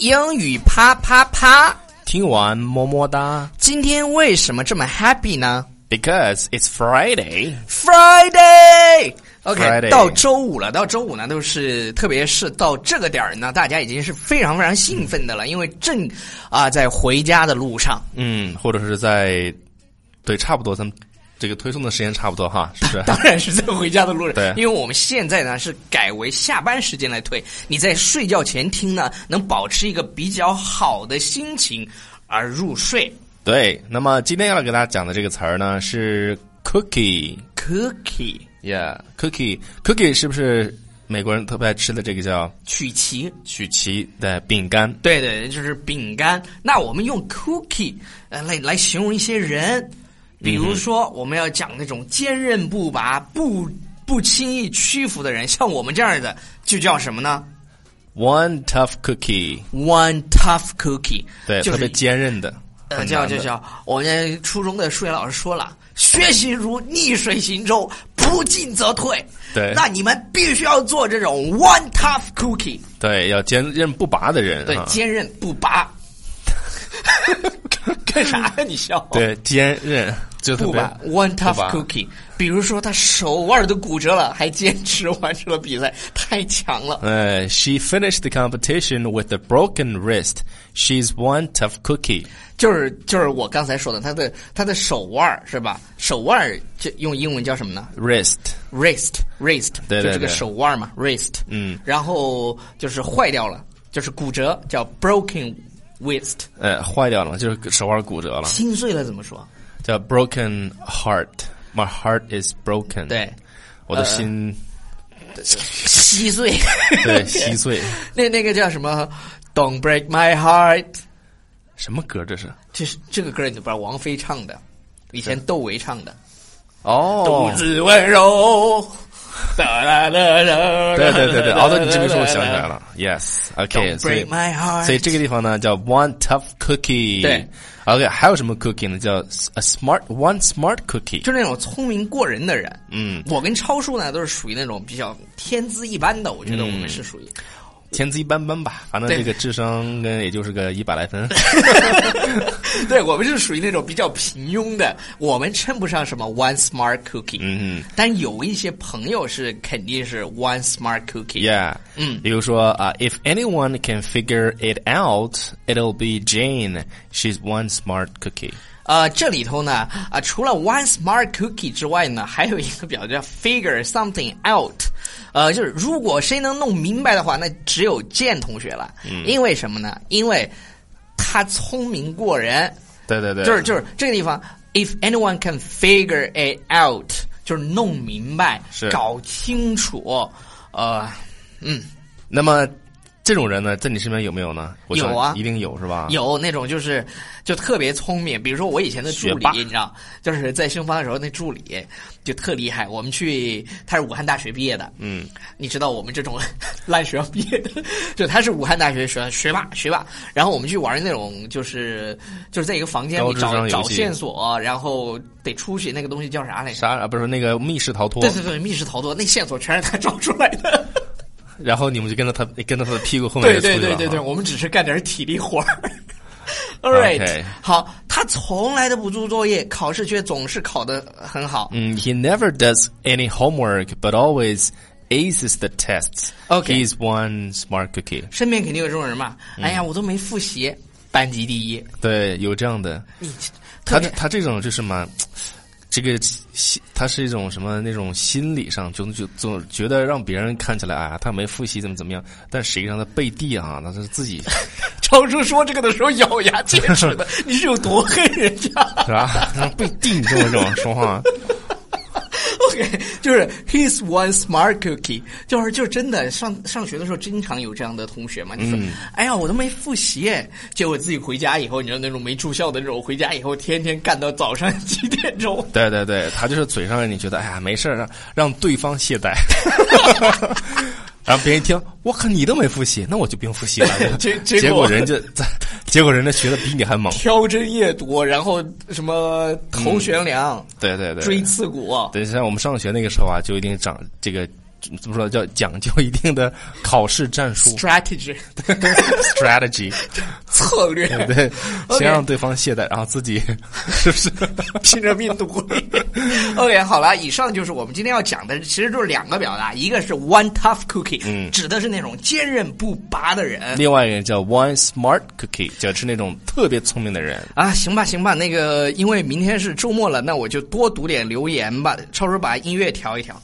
英语啪啪啪！听完么么哒今天为什么这么 happy 呢，Because it's Friday。 ？Friday。OK， Friday 到周五了，到周五呢，都是特别是到这个点儿呢，大家已经是非常非常兴奋的了，因为正啊、在回家的路上，嗯，或者是在对，差不多，咱们这个推送的时间差不多 哈，是不是？当然是在回家的路上，对因为我们现在呢是改为下班时间来推，你在睡觉前听呢，能保持一个比较好的心情而入睡。对。那么今天要给大家讲的这个词儿呢是 cookie。 Cookie Yeah，cookie cookie 是不是美国人特别爱吃的这个叫曲奇，曲奇的饼干？对对，就是饼干。那我们用 cookie 呃来来形容一些人，比嗯如说我们要讲那种坚韧不拔、不不轻易屈服的人，像我们这样的就叫什么呢 One tough cookie， ？One tough cookie，对，就特别是坚韧的，呃很叫难叫的叫，我们初中的数学老师说了，学习如逆水行舟，不进则退。对那你们必须要做这种 one tough cookie，对，要坚韧不拔的人，对，哈坚韧不 拔。 干啥呀？你笑？对坚韧就特不别吧，one 不 tough 拔 cookie。比如说他手腕都骨折了，还坚持完成了比赛， 太强了。呃，She Uh, finished the competition with a broken wrist. She's one tough cookie. 就是就是我刚才说的，他的他的手腕儿是吧？手腕儿这用英文叫什么呢 Wrist， ？wrist wrist，对对就这个对手腕儿嘛，wrist。嗯，然后就是坏掉了，就是骨折，叫 broken wrist。呃，Uh, 坏掉了，就是手腕骨折了，心碎了怎么说？叫 broken heart. My heart is broken. 对，我的心 稀碎。 对稀 碎。那那个叫什么？Don't break my heart。什么歌这是？这是这个歌你就不知道，王菲唱的，以前窦唯唱的。哦 独自温柔。哒啦啦啦对对对对，哦，对，你这么说我想起来。了，yes，OK，、 Don't 所以 break my heart 所以这个地方呢叫 one tough cookie，对，OK，还有什么 cookie 呢？叫 a smart one smart cookie，就是那种聪明过人的人，嗯，我跟超叔呢都是属于那种比较天资一般的，我觉得我们是属于。天资一般般吧，反正对这个智商跟也就是个一百来 分，嗯对，我们是属于那种比较平庸的，我们称不上什么 one smart cookie。嗯但有一些朋友是肯定是 one smart cookie。 ，yeah，嗯比如说啊、i f anyone can figure it out，it'll be Jane，she's one smart cookie，呃，这里头呢，啊、除了 one smart cookie 之外呢，还有一个表叫 figure something out，呃，就是如果谁能弄明白的话，那只有建同学了。嗯因为什么呢？因为他聪明过人，对对对，就是就是这个地方，if anyone can figure it out，就是弄明白是、搞清楚，呃，嗯。那么这种人呢，在你身边有没有呢？我想有啊一定有是吧？有那种就是就特别聪明，比如说我以前的助学理霸，你知道，就是在新东方的时候，那助理就特厉害。我们去，他是武汉大学毕业的，嗯，你知道我们这种 烂学校毕业的，就他是武汉大学学学霸学霸。然后我们去玩那种就是就是在一个房间高里智找商游找戏线索，然后得出去那个东西叫啥来着？啥啊？不是那个密室逃脱，对对对，密室逃脱，那线索全是他找出来的。然后你们就跟着他，跟着他的屁股后对面就出去对了对对对，我们只是干点体力活儿。All right，、 Okay 好，他从来都不做作业，考试却总是考得很好。嗯，He never does any homework, but always aces the tests. Okay he's one smart cookie. 身边肯定有这种人嘛？哎呀，我都没复习，班级第一。对，有这样的，你特他别他这种就是嘛，这个心，他是一种什么那种心理上，就就总觉得让别人看起来啊，他没复习怎么怎么样，但实际上他背地啊，那是自己超叔说这个的时候咬牙切齿的，你是有多恨人家是吧？那背地你跟我这种说话， ？OK，就是 he's one smart cookie，就是就真的上上学的时候，经常有这样的同学嘛。你说，嗯哎呀，我都没复习，结果自己回家以后，你知道那种没住校的那种，回家以后天天干到早上 几点钟。对对对，他就是嘴上让你觉得哎呀没事儿，让让对方懈怠，然后别人一听，我靠，你都没复习，那我就不用复习 了。结结结果果人家，结果人家学的比你还猛。挑针夜读，然后什么头悬梁、嗯对对对，锥刺股，对，像我们上学那个时候啊，就已经长这个怎么说叫讲究一定的考试战术 strategy strategy，策略，对不对？ OK 先让对方懈怠，然后自己是不是？拼着命度过。OK，好了，以上就是我们今天要讲的，其实就是两个表达，一个是 one tough cookie，、指嗯的是那种坚韧不拔的人。 另外一个叫 one smart cookie，就是那种特别聪明的人。啊，行吧，行吧，那个，因为明天是周末了，那我就多读点留言吧。超叔把音乐调一调。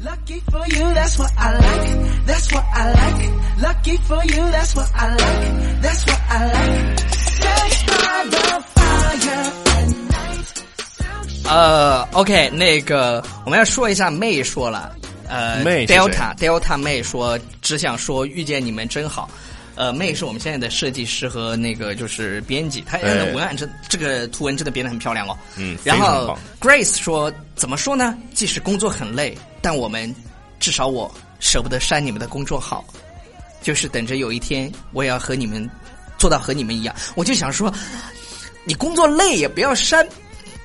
Lucky for you, that's what I like. That's what I like. Lucky for you, that's what I like. That's what I like. Search by the fire at night. Sound 呃，OK，那个我们要说一下妹说了，呃 May 是谁，Delta Delta 妹说只想说遇见你们真好。呃，妹是我们现在的设计师和那个就是编辑，她的哎文案真、这个图文真的编得很漂亮哦。嗯然非常后棒 Grace 说怎么说呢？即使工作很累，但我们至少我舍不得删你们的工作号，就是等着有一天我也要和你们做到和你们一样。我就想说，你工作累也不要删，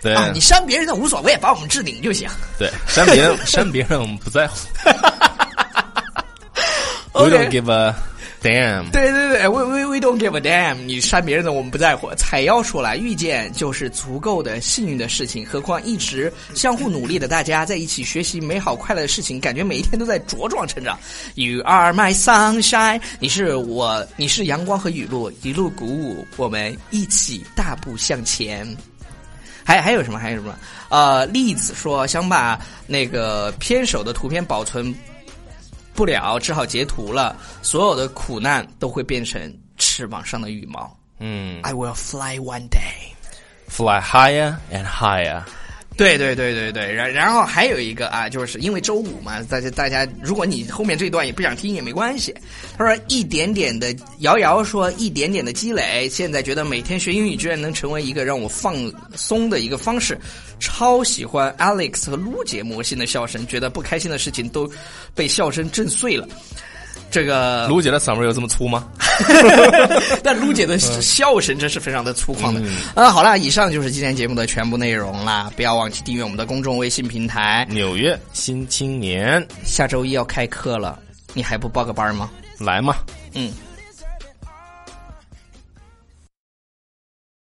对、啊，你删别人的无所谓，把我们置顶就行。对，删别人删别人我们不在乎 OK ，We don't give a damn。对对对，we we we don't give a damn，你删别人的我们不在乎。采妖说了，遇见就是足够的幸运的事情，何况一直相互努力的大家在一起学习美好快乐的事情，感觉每一天都在茁壮成长。You are my sunshine，你是我，你是阳光和雨露，一路鼓舞我们一起大步向前。还还有什么？还有什么？呃，栗子说想把那个偏手的图片保存不了，只好截图了。所有的苦难都会变成翅膀上的羽毛。嗯 I will fly one day。 ，Fly higher and higher。对对对对对，然然后还有一个啊，就是因为周五嘛，大家大家，如果你后面这段也不想听也没关系。他说一点点的，瑶瑶说一点点的积累，现在觉得每天学英语居然能成为一个让我放松的一个方式，超喜欢 Alex 和撸姐魔性的笑声，觉得不开心的事情都被笑声震碎了。这个卢姐的嗓门有这么粗吗？ 但撸姐的笑声真是非常的粗犷的。呃，好啦，以上就是今天节目的全部内容啦，不要忘记订阅我们的公众微信平台。纽约新青年下周一要开课了，你还不报个班吗？来嘛，嗯，